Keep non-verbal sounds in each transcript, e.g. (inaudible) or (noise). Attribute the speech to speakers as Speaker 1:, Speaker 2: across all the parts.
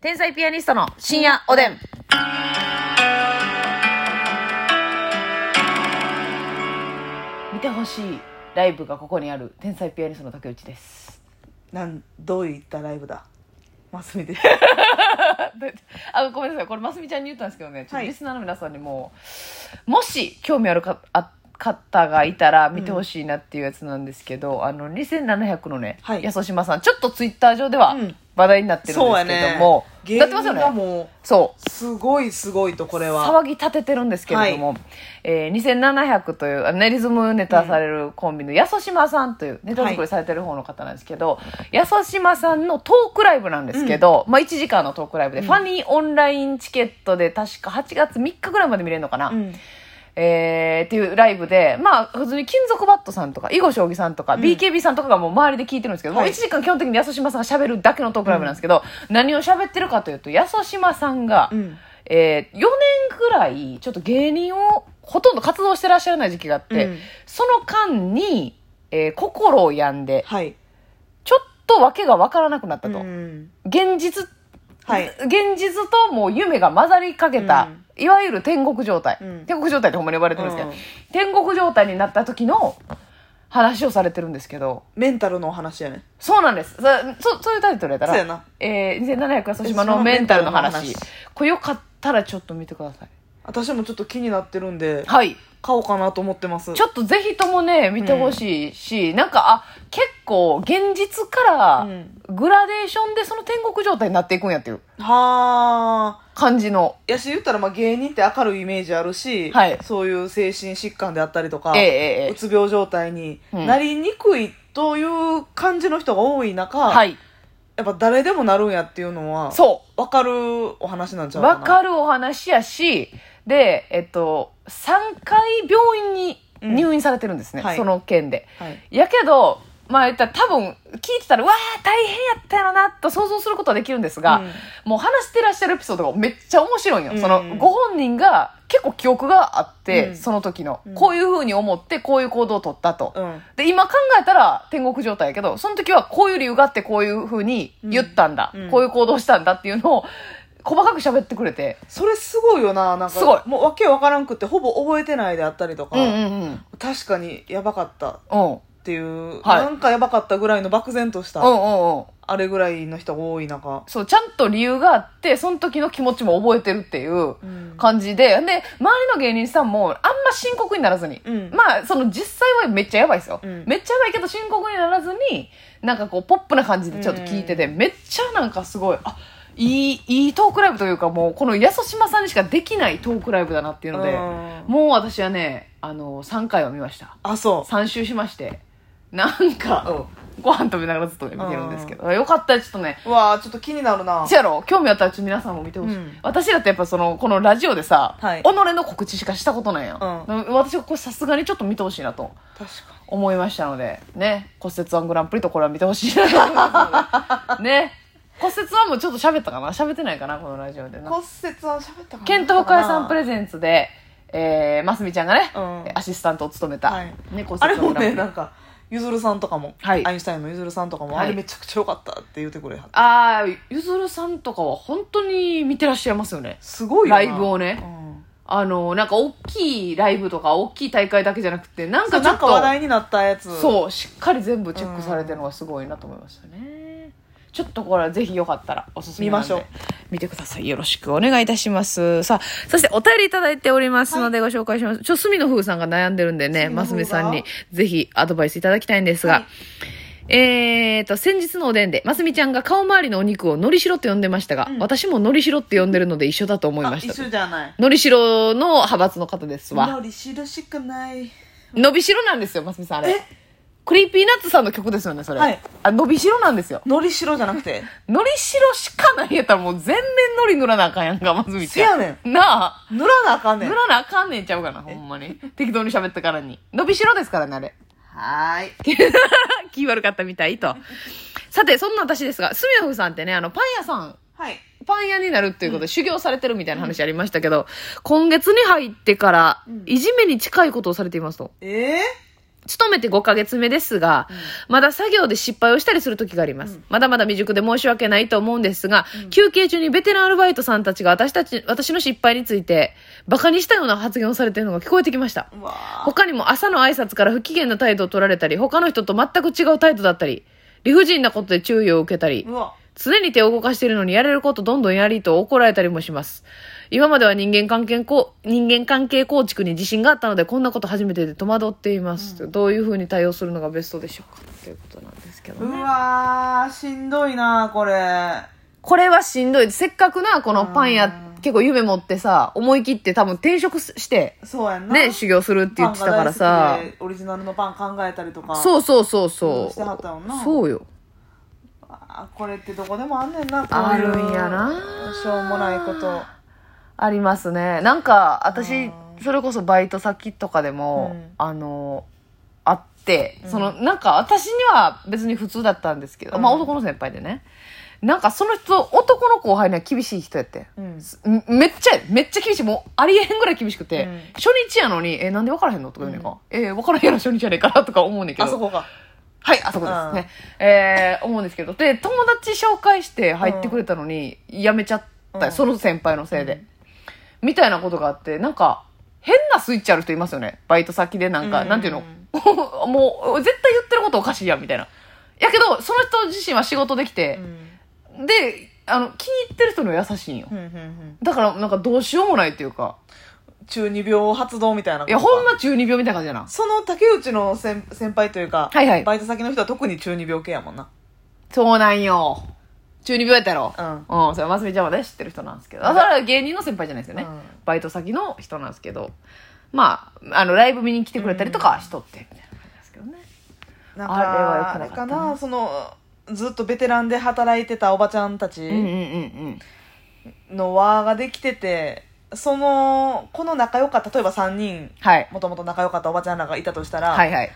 Speaker 1: 天才ピアニストの深夜おでん。見てほしいライブがここにある天才ピアニストの竹内です。
Speaker 2: なんどういったライブだマス
Speaker 1: (laughs)
Speaker 2: ミです
Speaker 1: あ、ごめんなさい。これ、ますみちゃんに言ったんですけどね、ちょっ
Speaker 2: は
Speaker 1: と
Speaker 2: い
Speaker 1: リスナーの皆さんにも、もし興味あるかあ方がいたら見てほしいなっていうやつなんですけど、あの、2700のね、
Speaker 2: はい
Speaker 1: 安島さん、ちょっとツイッター上では
Speaker 2: うん
Speaker 1: 話題になってるんですけども、
Speaker 2: 芸
Speaker 1: なってま
Speaker 2: 人
Speaker 1: すよ
Speaker 2: が
Speaker 1: ね。
Speaker 2: も
Speaker 1: そう。
Speaker 2: うすごいすごいとこれは
Speaker 1: 騒ぎ立ててるんですけれども、えー2700というあのねリズムネタされるコンビの安島さんというネタ作りされてる方の方なんですけど、安島さんのトークライブなんですけど、まあ、1時間のトークライブで、ファニーオンラインチケットで確か8月3日ぐらいまで見れるのかな、
Speaker 2: うん
Speaker 1: えーっていうライブで、まあ、普通に金属バットさんとか、囲碁将棋さんとか、BKB さんとかがもう周りで聞いてるんですけど、
Speaker 2: はい
Speaker 1: もう1時間基本的に安島さんが喋るだけのトークライブなんですけど、何を喋ってるかというと、安島さんが、
Speaker 2: うん
Speaker 1: え4年ぐらい、ちょっと芸人をほとんど活動してらっしゃらない時期があって、
Speaker 2: うん
Speaker 1: その間に、えー心を病んで、
Speaker 2: はい
Speaker 1: ちょっと訳が分からなくなったと。
Speaker 2: うん
Speaker 1: 現実、
Speaker 2: はい
Speaker 1: 現実ともう夢が混ざりかけた、いわゆる天国状態、
Speaker 2: うん
Speaker 1: 天国状態ってほんまに呼ばれてるんですけど、
Speaker 2: うん
Speaker 1: 天国状態になった時の話をされてるんですけど
Speaker 2: メンタルのお話やね
Speaker 1: そうなんですそそそういうタイトルやった
Speaker 2: そうや
Speaker 1: ら
Speaker 2: な
Speaker 1: 「えー、2700安島のメンタルの話」
Speaker 2: メンタルの
Speaker 1: これよかったらちょっと見てください
Speaker 2: 私もちょっと気になってるんで
Speaker 1: はい
Speaker 2: 買おうかなと思ってます
Speaker 1: ちょっとぜひともね見てほしいし、なんかあ結構現実から
Speaker 2: うん
Speaker 1: グラデーションでその天国状態になっていくんやっていう
Speaker 2: はあ
Speaker 1: 感じの
Speaker 2: やし言ったらまあ芸人って明るいイメージあるし、
Speaker 1: はい
Speaker 2: そういう精神疾患であったりとか、
Speaker 1: ええええ
Speaker 2: うつ病状態になりにくいという感じの人が多い中、
Speaker 1: はい
Speaker 2: やっぱ誰でもなるんやっていうのは
Speaker 1: そう
Speaker 2: わかるお話なんちゃう
Speaker 1: わ
Speaker 2: か
Speaker 1: かるお話やし、で、えっと、3回病院に入院されてるんですね、
Speaker 2: うんはい
Speaker 1: その件で。
Speaker 2: なはい
Speaker 1: やけど、まあ言ったら多分聞いてたら、わあ大変やったやろな、と想像することはできるんですが、
Speaker 2: うん
Speaker 1: もう話してらっしゃるエピソードがめっちゃ面白いんよ。
Speaker 2: うん
Speaker 1: その、ご本人が結構記憶があって、
Speaker 2: うん
Speaker 1: その時の
Speaker 2: う、ん
Speaker 1: こういう風に思って、こういう行動を取ったと。
Speaker 2: うん
Speaker 1: で、今考えたら天国状態やけど、その時はこういう理由があってこういう風に言ったんだ、
Speaker 2: うんうん
Speaker 1: こういう行動したんだっていうのを細かく喋ってくれて、
Speaker 2: それすごいよななんか
Speaker 1: すごい
Speaker 2: もうわけわからんくってほぼ覚えてないであったりとか、
Speaker 1: んうん。
Speaker 2: 確かにやばかったっ
Speaker 1: うん。うん
Speaker 2: ていう、
Speaker 1: はい
Speaker 2: なんかやばかったぐらいの漠然とした、
Speaker 1: うんうん。
Speaker 2: あれぐらいの人が多い中、
Speaker 1: そう、ちゃんと理由があって、その時の気持ちも覚えてるっていう感じで、で、周りの芸人さんもあんま深刻にならずに、
Speaker 2: うん
Speaker 1: まあ、その実際はめっちゃやばいですよ。
Speaker 2: うん
Speaker 1: めっちゃやばいけど深刻にならずに、なんかこう、ポップな感じでちょっと聞いてて、めっちゃなんかすごい、あ、いい、いいトークライブというか、もう、この安島さんにしかできないトークライブだなっていうので、
Speaker 2: うん
Speaker 1: もう私はね、あの、3回は見ました。
Speaker 2: あそ
Speaker 1: 3周しましてなんか、ご飯食べながらずっと見てるんですけど、よかったらちょっとね
Speaker 2: ううわあちょっと気になるな
Speaker 1: そやろ興味あったらちょっと皆さんも見てほしい、
Speaker 2: うん
Speaker 1: 私だってやっぱそのこのラジオでさ、
Speaker 2: はい
Speaker 1: 己の告知しかしたことないやん、私はこれさすがにちょっと見てほしいなと
Speaker 2: 確か
Speaker 1: 思いましたのでね骨折ワングランプリとこれは見てほしいなと思い
Speaker 2: (laughs)
Speaker 1: ますのでね骨折ワンもちょっと喋ったかな喋ってないかなこのラジオで
Speaker 2: に
Speaker 1: な
Speaker 2: 骨折は喋ったかな
Speaker 1: ケント深井さんプレゼンツで、えー、ますみちゃんがね、
Speaker 2: うん
Speaker 1: アシスタントを務めた、
Speaker 2: はい
Speaker 1: ね、骨折
Speaker 2: あれ
Speaker 1: ワン
Speaker 2: も
Speaker 1: グラン
Speaker 2: ね
Speaker 1: プリ
Speaker 2: なんかゆずるさんとかも、
Speaker 1: はい
Speaker 2: アインシュタインのゆずるさんとかも、
Speaker 1: はい
Speaker 2: あれめちゃくちゃ良かったって言ってくれはった
Speaker 1: ああ、ゆずるさんとかは本当に見てらっしゃいますよね。
Speaker 2: すごいよな
Speaker 1: ライブをね
Speaker 2: うん
Speaker 1: あの、なんか大きいライブとか大きい大会だけじゃなくて、なん
Speaker 2: そ
Speaker 1: か
Speaker 2: う
Speaker 1: ちょ
Speaker 2: なん
Speaker 1: っ
Speaker 2: か
Speaker 1: と、
Speaker 2: 話題になったやつ
Speaker 1: そう、しっかり全部チェックされてるのがすごいなと思いましたね。ちょっとこれはぜひよかったらおすすめなんで
Speaker 2: 見ましょう
Speaker 1: 見てください。よろしくお願いいたします。さあ、そしてお便りいただいておりますのでご紹介します。ちょ、すみのふうさんが悩んでるんでね、
Speaker 2: 隅野
Speaker 1: ます
Speaker 2: 風
Speaker 1: み
Speaker 2: が
Speaker 1: さんにぜひアドバイスいただきたいんですが、
Speaker 2: はい
Speaker 1: えーと、先日のおでんで、ますみちゃんが顔周りのお肉をのりしろと呼んでましたが、私ものりしろって呼んでるので一緒だと思い
Speaker 2: あ
Speaker 1: まし
Speaker 2: 一
Speaker 1: た。
Speaker 2: 緒じゃない
Speaker 1: のりしろの派閥の方ですわ。
Speaker 2: のりしるしかない
Speaker 1: 伸びしろなんですよ、ますみさん、あれ
Speaker 2: え。
Speaker 1: クリーピーナッツさんの曲ですよね、それ。
Speaker 2: はい
Speaker 1: あ、伸びしろなんですよ。
Speaker 2: のりしろじゃなくて
Speaker 1: のりしろしかないやったらもう全面のり塗らなあかんやんか、ますみちゃん。
Speaker 2: せやね
Speaker 1: ん。なあ。
Speaker 2: 塗らなあかんね
Speaker 1: 塗
Speaker 2: ん
Speaker 1: らなあかんねんちゃうかな、ほんまに。適当に喋ったからに。伸びしろですからね、あれ。
Speaker 2: はーい
Speaker 1: 気悪かったみたいと。さて、そんな私ですが、スミヤフさんってね、あの、パン屋さん
Speaker 2: はい
Speaker 1: パン屋になるっていうことで修行されてるみたいな話ありましたけど、今月に入ってから
Speaker 2: うん
Speaker 1: いじめに近いことをされていますと。
Speaker 2: え
Speaker 1: 勤めて5ヶ月目ですが、まだ作業で失敗をしたりする時があります。まだまだ未熟で申し訳ないと思うんですが、休憩中にベテランアルバイトさんたちが私たち、私の失敗について、馬鹿にしたような発言をされているのが聞こえてきました。
Speaker 2: うわー
Speaker 1: 他にも朝の挨拶から不機嫌な態度を取られたり、他の人と全く違う態度だったり、理不尽なことで注意を受けたり
Speaker 2: う、わ
Speaker 1: 常に手を動かしているのにやれることどんどんやりと怒られたりもします。今までは人間関係こう、人間関係構築に自信があったので、こんなこと初めてで戸惑っています。どういうふうに対応するのがベストでしょうかということなんですけど
Speaker 2: う
Speaker 1: ね。
Speaker 2: わーしんどいなこれ
Speaker 1: これはしんどい。せっかくな、このパン屋、結構夢持ってさ、思い切って多分転職すして、
Speaker 2: そうやんな
Speaker 1: ね、修行するって言ってたからさ
Speaker 2: パンが。大好きでオリジナルのパン考えたりとかう
Speaker 1: そうそうそうそ
Speaker 2: うんしてはったもんな
Speaker 1: う。そうよ。
Speaker 2: これってどこでもあんねんなこ
Speaker 1: あ
Speaker 2: ういう
Speaker 1: るんやな
Speaker 2: しょうもないこと
Speaker 1: ありますねなんか私
Speaker 2: うん
Speaker 1: それこそバイト先とかでも、
Speaker 2: うん
Speaker 1: あのあってそのなんか私には別に普通だったんですけど、
Speaker 2: うん
Speaker 1: まあ男の先輩でねなんかその人男の後輩には厳しい人やって
Speaker 2: うん
Speaker 1: んめっちゃめっちゃ厳しいもうありえへんぐらい厳しくて、
Speaker 2: うん
Speaker 1: 初日やのに「えなんで分からへんの?」とか言うねんか「え分からへんやろ初日やねんから」とか思うねんけ
Speaker 2: あ
Speaker 1: ど
Speaker 2: そこか
Speaker 1: はい、あそこですね。えー、思うんですけど。で、友達紹介して入ってくれたのに、辞めちゃった、
Speaker 2: うん
Speaker 1: その先輩のせいで、みたいなことがあって、なんか、変なスイッチある人いますよね。バイト先でなんか、
Speaker 2: うん
Speaker 1: なんていうの (laughs) もう、絶対言ってることおかしいやん、みたいな。やけど、その人自身は仕事でき
Speaker 2: う
Speaker 1: て、
Speaker 2: ん
Speaker 1: で、あの、気に入ってる人には優しいんよ
Speaker 2: う。んうんうん
Speaker 1: だから、なんかどうしようもないっていうか、
Speaker 2: 中二病発動みたいなこと
Speaker 1: い
Speaker 2: い
Speaker 1: や、ほんま中二病みたいな感じやな。
Speaker 2: その竹内の先先輩というか、
Speaker 1: はいはい
Speaker 2: バイト先の人は特に中二病系やもんな
Speaker 1: そうなんよ。中二病やったやろ。
Speaker 2: うん
Speaker 1: うん、それ、ますみちゃんはね、知ってる人なんですけど。あそれは芸人の先輩じゃないですよね。
Speaker 2: うん
Speaker 1: バイト先の人なんですけど。まあ、あの、ライブ見に来てくれたりとかはしとって、みたいな感じですけどね。
Speaker 2: なんか
Speaker 1: あれは良
Speaker 2: あ
Speaker 1: くな
Speaker 2: れ
Speaker 1: かった
Speaker 2: か
Speaker 1: な
Speaker 2: なそのずっとベテランで働いてたおばちゃんた
Speaker 1: うん
Speaker 2: ち
Speaker 1: うんうんうん。
Speaker 2: の輪ができてて、そのこの仲良かった例えば3人
Speaker 1: はい。
Speaker 2: もともと仲良かったおばちゃんらがいたとしたら、
Speaker 1: はいはい。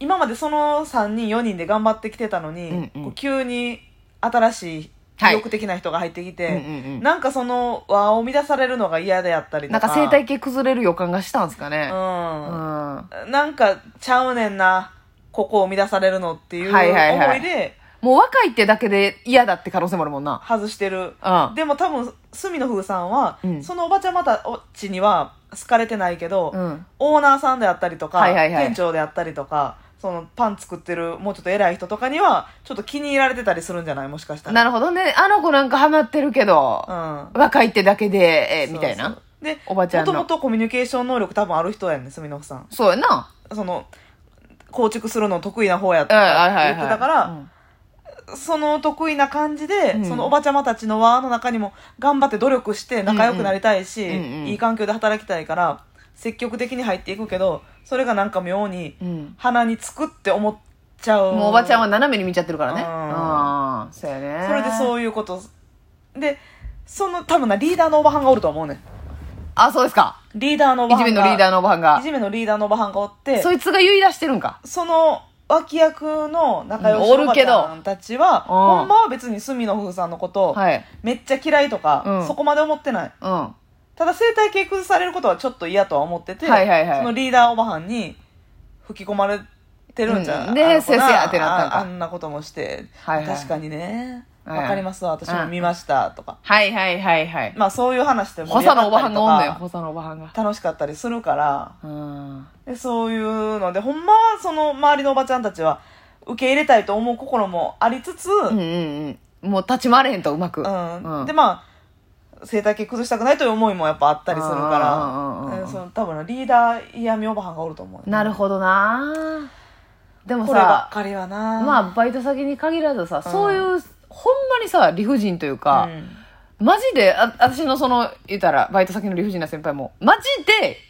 Speaker 2: 今までその3人4人で頑張ってきてたのに、
Speaker 1: うんうん
Speaker 2: こう急に新しい
Speaker 1: はい
Speaker 2: 魅力的な人が入ってきて、
Speaker 1: うんうんうん
Speaker 2: なんかその輪を乱されるのが嫌であったりと
Speaker 1: なん
Speaker 2: か
Speaker 1: か生態系崩れる予感がしたんですかね。う。
Speaker 2: うんなんかちゃうねんなここを乱されるのっていう思
Speaker 1: はいはいはい
Speaker 2: いで
Speaker 1: もう若いってだけで嫌だって可能性もあるもんな。
Speaker 2: 外してる、
Speaker 1: うん。
Speaker 2: でも多分隅野風さんは、
Speaker 1: うん
Speaker 2: そのおばちゃまたちには好かれてないけど、
Speaker 1: うん。
Speaker 2: オーナーさんであったりとか、
Speaker 1: はいはいはい
Speaker 2: 店長であったりとかそのパン作ってるもうちょっと偉い人とかにはちょっと気に入られてたりするんじゃないもしかしたら
Speaker 1: なるほどね。あの子なんかハマってるけど、
Speaker 2: うん
Speaker 1: 若いってだけで、えーみたい
Speaker 2: そう
Speaker 1: な
Speaker 2: そ。うで
Speaker 1: おばちゃんの
Speaker 2: もともとコミュニケーション能力多分ある人やねん隅野さん
Speaker 1: そうやな。
Speaker 2: その構築するの得意な方やっ
Speaker 1: う
Speaker 2: て
Speaker 1: ん、
Speaker 2: 言
Speaker 1: はいはいはい。
Speaker 2: ってたから、
Speaker 1: うん
Speaker 2: その得意な感じで、
Speaker 1: うん
Speaker 2: そのおばちゃまたちの輪の中にも頑張って努力して仲良くなりたい
Speaker 1: う
Speaker 2: し、
Speaker 1: んうんうんうん
Speaker 2: いい環境で働きたいから積極的に入っていくけどそれがなんか妙に
Speaker 1: うん
Speaker 2: 鼻につくって思っちゃう
Speaker 1: もうおばちゃんは斜めに見ちゃってるからね。
Speaker 2: うん
Speaker 1: ああ、そうやね。
Speaker 2: それで
Speaker 1: う。
Speaker 2: そういうことでその多分なリーダーのおばはんがおると思うねん
Speaker 1: あ、そうですか。
Speaker 2: リーダーのお
Speaker 1: い
Speaker 2: ば
Speaker 1: じ
Speaker 2: は
Speaker 1: め
Speaker 2: ん
Speaker 1: の
Speaker 2: が
Speaker 1: リーダーのおばはん
Speaker 2: い
Speaker 1: が。
Speaker 2: じめのリーダーのおばはんがおって
Speaker 1: そいつが言い出してるんか。
Speaker 2: その脇役の仲良
Speaker 1: う
Speaker 2: し
Speaker 1: んおる
Speaker 2: おば
Speaker 1: け
Speaker 2: ち
Speaker 1: ど
Speaker 2: ゃんたちは、
Speaker 1: うん
Speaker 2: ほんまは別に隅野夫婦さんのこと、
Speaker 1: はい。
Speaker 2: めっちゃ嫌いとか、
Speaker 1: うん
Speaker 2: そこまで思ってない
Speaker 1: うん。は
Speaker 2: ただ生態系崩されることはちょっと嫌とは思ってて、
Speaker 1: はいはいはい
Speaker 2: そのリーダーおばはんに吹き込まれてるんじゃ、、
Speaker 1: うんんで
Speaker 2: あの
Speaker 1: せ
Speaker 2: 子な
Speaker 1: やせやってなったんか
Speaker 2: ああんなこともして、
Speaker 1: はいはい
Speaker 2: 確かにね
Speaker 1: は
Speaker 2: わ
Speaker 1: いはい
Speaker 2: かりますわ私も見ましたとか、
Speaker 1: いはいはいはい。
Speaker 2: まあそういう話で
Speaker 1: 補
Speaker 2: 盛り
Speaker 1: 佐の
Speaker 2: 上が
Speaker 1: お
Speaker 2: っ
Speaker 1: ば
Speaker 2: た
Speaker 1: は
Speaker 2: り
Speaker 1: ん
Speaker 2: と
Speaker 1: がおんのよ、
Speaker 2: か
Speaker 1: 補佐のおばはんが。
Speaker 2: 楽しかったりするから
Speaker 1: うん。
Speaker 2: でそういうのでほんまはその周りのおばちゃんたちは受け入れたいと思う心もありつつ、
Speaker 1: うんうんうん。もう立ち回れへんとうまく。
Speaker 2: うん
Speaker 1: うん
Speaker 2: でまあ生態系崩したくないという思いもやっぱあったりす
Speaker 1: う
Speaker 2: る
Speaker 1: んうんうん
Speaker 2: か
Speaker 1: うん
Speaker 2: らうんその多分なリーダー嫌味おばはんがおると思う
Speaker 1: なるほどな。でも
Speaker 2: これば
Speaker 1: さ
Speaker 2: っ、かりはな
Speaker 1: まあ、バイト先に限らずさ、そういう、ほんまにさ、理不尽というか、
Speaker 2: う
Speaker 1: マジで、あ私のその、言ったら、バイト先の理不尽な先輩も、マジ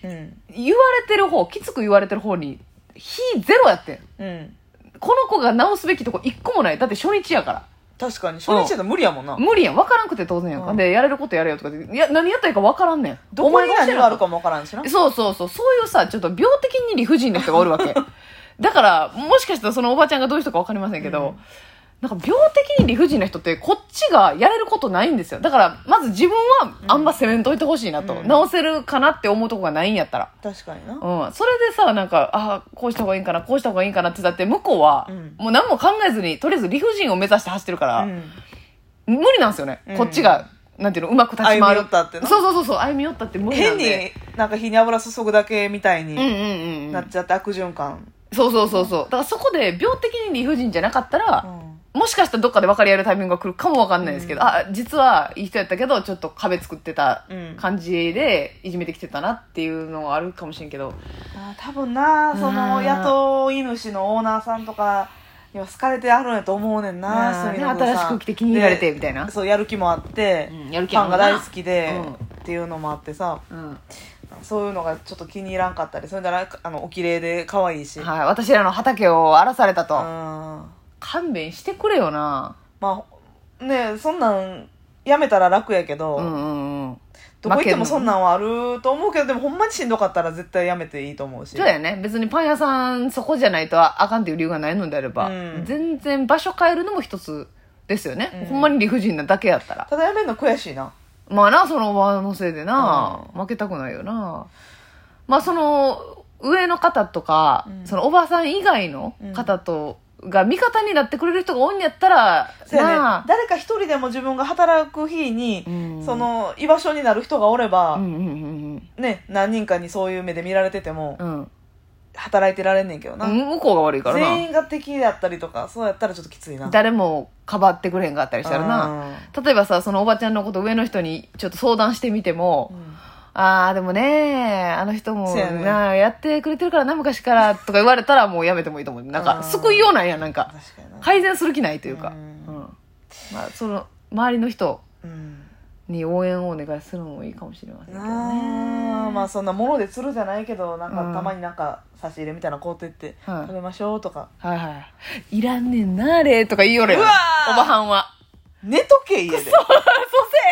Speaker 1: で、
Speaker 2: んうん
Speaker 1: 言われてる方きつく言われてる方に非ゼロやってん
Speaker 2: うん
Speaker 1: この子が直すべきとこ一個もないだって初日やから
Speaker 2: 確かに初日だと無理やもんな
Speaker 1: 無理やん分からんくて当然やんか、
Speaker 2: うん
Speaker 1: でやれることやれよとかでいや何やったらいいか分からんねん
Speaker 2: どこに
Speaker 1: お前
Speaker 2: 何
Speaker 1: 教えな
Speaker 2: があるかもわからんしな
Speaker 1: そうそうそうそういうさちょっと病的
Speaker 2: (laughs)
Speaker 1: に理不尽な人がおるわけだからもしかしたらそのおばちゃんがどういう人か分かりませんけど、なんか病的に理不尽な人ってこっちがやれることないんですよだからまず自分はあんま責めんといてほしいなと、
Speaker 2: うん
Speaker 1: 直せるかなって思うとこがないんやったら、
Speaker 2: 確かにな、
Speaker 1: うん、それでさなんかあこうした方がいいんかなこうした方がいいんかなってだって向こうは、
Speaker 2: うん
Speaker 1: もう何も考えずにとりあえず理不尽を目指して走ってるから、
Speaker 2: うん
Speaker 1: 無理なんですよね、
Speaker 2: うん
Speaker 1: こっちがなんていうのうまく立ち
Speaker 2: 歩み
Speaker 1: 回
Speaker 2: 寄
Speaker 1: る
Speaker 2: ったってな
Speaker 1: そうそうそうそう歩み寄ったって無理な
Speaker 2: 変
Speaker 1: んで
Speaker 2: になんか火に油注ぐだけみたい
Speaker 1: うん
Speaker 2: に
Speaker 1: うんうんう
Speaker 2: なんっちゃって悪循環、
Speaker 1: そうそうそうそうだからそこで病的に理不尽じゃなかったら、もしかしたらどっかで分かり合えるタイミングが来るかも分かんないですけど、
Speaker 2: うん
Speaker 1: あ実はいい人やったけどちょっと壁作ってた
Speaker 2: うん
Speaker 1: 感じでいじめてきてたなっていうのはあるかもしれんけど
Speaker 2: あー多分なその
Speaker 1: うん
Speaker 2: 雇い主のオーナーさんとかには好かれてあるんやと思うねんな
Speaker 1: あー
Speaker 2: そういう
Speaker 1: ね
Speaker 2: のさん
Speaker 1: 新しく来て気に入られてみたいな、
Speaker 2: そうやる気もあって、
Speaker 1: うん、やる気
Speaker 2: パンが大好
Speaker 1: き、
Speaker 2: きで、
Speaker 1: うん
Speaker 2: っていうのもあってさ
Speaker 1: うん
Speaker 2: そういうのがちょっと気に入らんかったりそれならあのお綺麗で可愛いし、
Speaker 1: はい、私らの畑を荒らされたと、
Speaker 2: うんま
Speaker 1: 勘弁してくれよな
Speaker 2: あねそんなんやめたら楽やけど、
Speaker 1: うんうんうん
Speaker 2: どこ行ってもそん
Speaker 1: な
Speaker 2: なんはあると思うけどでもほんまにしんどかったら絶対やめていいと思うし
Speaker 1: そうやね別にパン屋さんそこじゃないとあかんっていう理由がないのであれば、
Speaker 2: うん
Speaker 1: 全然場所変えるのも一つですよね、
Speaker 2: うん
Speaker 1: ほんまに理不尽なだけやったら
Speaker 2: ただやめるの悔しいな
Speaker 1: まあな、その場のせいでな、負けたくないよな。まあその、上の方とか、
Speaker 2: うん
Speaker 1: そのおばさん以外の方と、が味方になってくれる人が多いんやったら、
Speaker 2: そうやね
Speaker 1: なあ、
Speaker 2: 誰か一人でも自分が働く日に、
Speaker 1: うん
Speaker 2: そ、の居場所になる人がおれば、
Speaker 1: うんうんうん
Speaker 2: ね何人かにそういう目で見られてても、
Speaker 1: うん。うん
Speaker 2: 働いてられんねんけどな、
Speaker 1: 向こうが悪いから
Speaker 2: 全
Speaker 1: な。
Speaker 2: 員が敵やったりとかそうやったらちょっときついな
Speaker 1: 誰もかばってくれへんかったりしたらな。例えばさ、そのおばちゃんのこと上の人にちょっと相談してみても、
Speaker 2: うんうん
Speaker 1: ああでもねあの人も
Speaker 2: そうやね
Speaker 1: なあやってくれてるからな昔からとか言われたらもうやめてもいいと思うなん
Speaker 2: う
Speaker 1: か
Speaker 2: ん
Speaker 1: 救いようなんやなんか
Speaker 2: 確かにな
Speaker 1: 改善する気ないというか
Speaker 2: う
Speaker 1: うんん、まあその周りの人
Speaker 2: うん
Speaker 1: に応援をお願いするのもいいかもしれませんけどね
Speaker 2: なあまあそんなもので釣るじゃないけどなん
Speaker 1: う
Speaker 2: か
Speaker 1: ん
Speaker 2: たまになんか差し入れみたいな買うてって
Speaker 1: はい
Speaker 2: 食べましょうとか、
Speaker 1: はいはいいらんねんなあれとか言いよるよ
Speaker 2: うわー
Speaker 1: おばはんは
Speaker 2: 寝とけ家で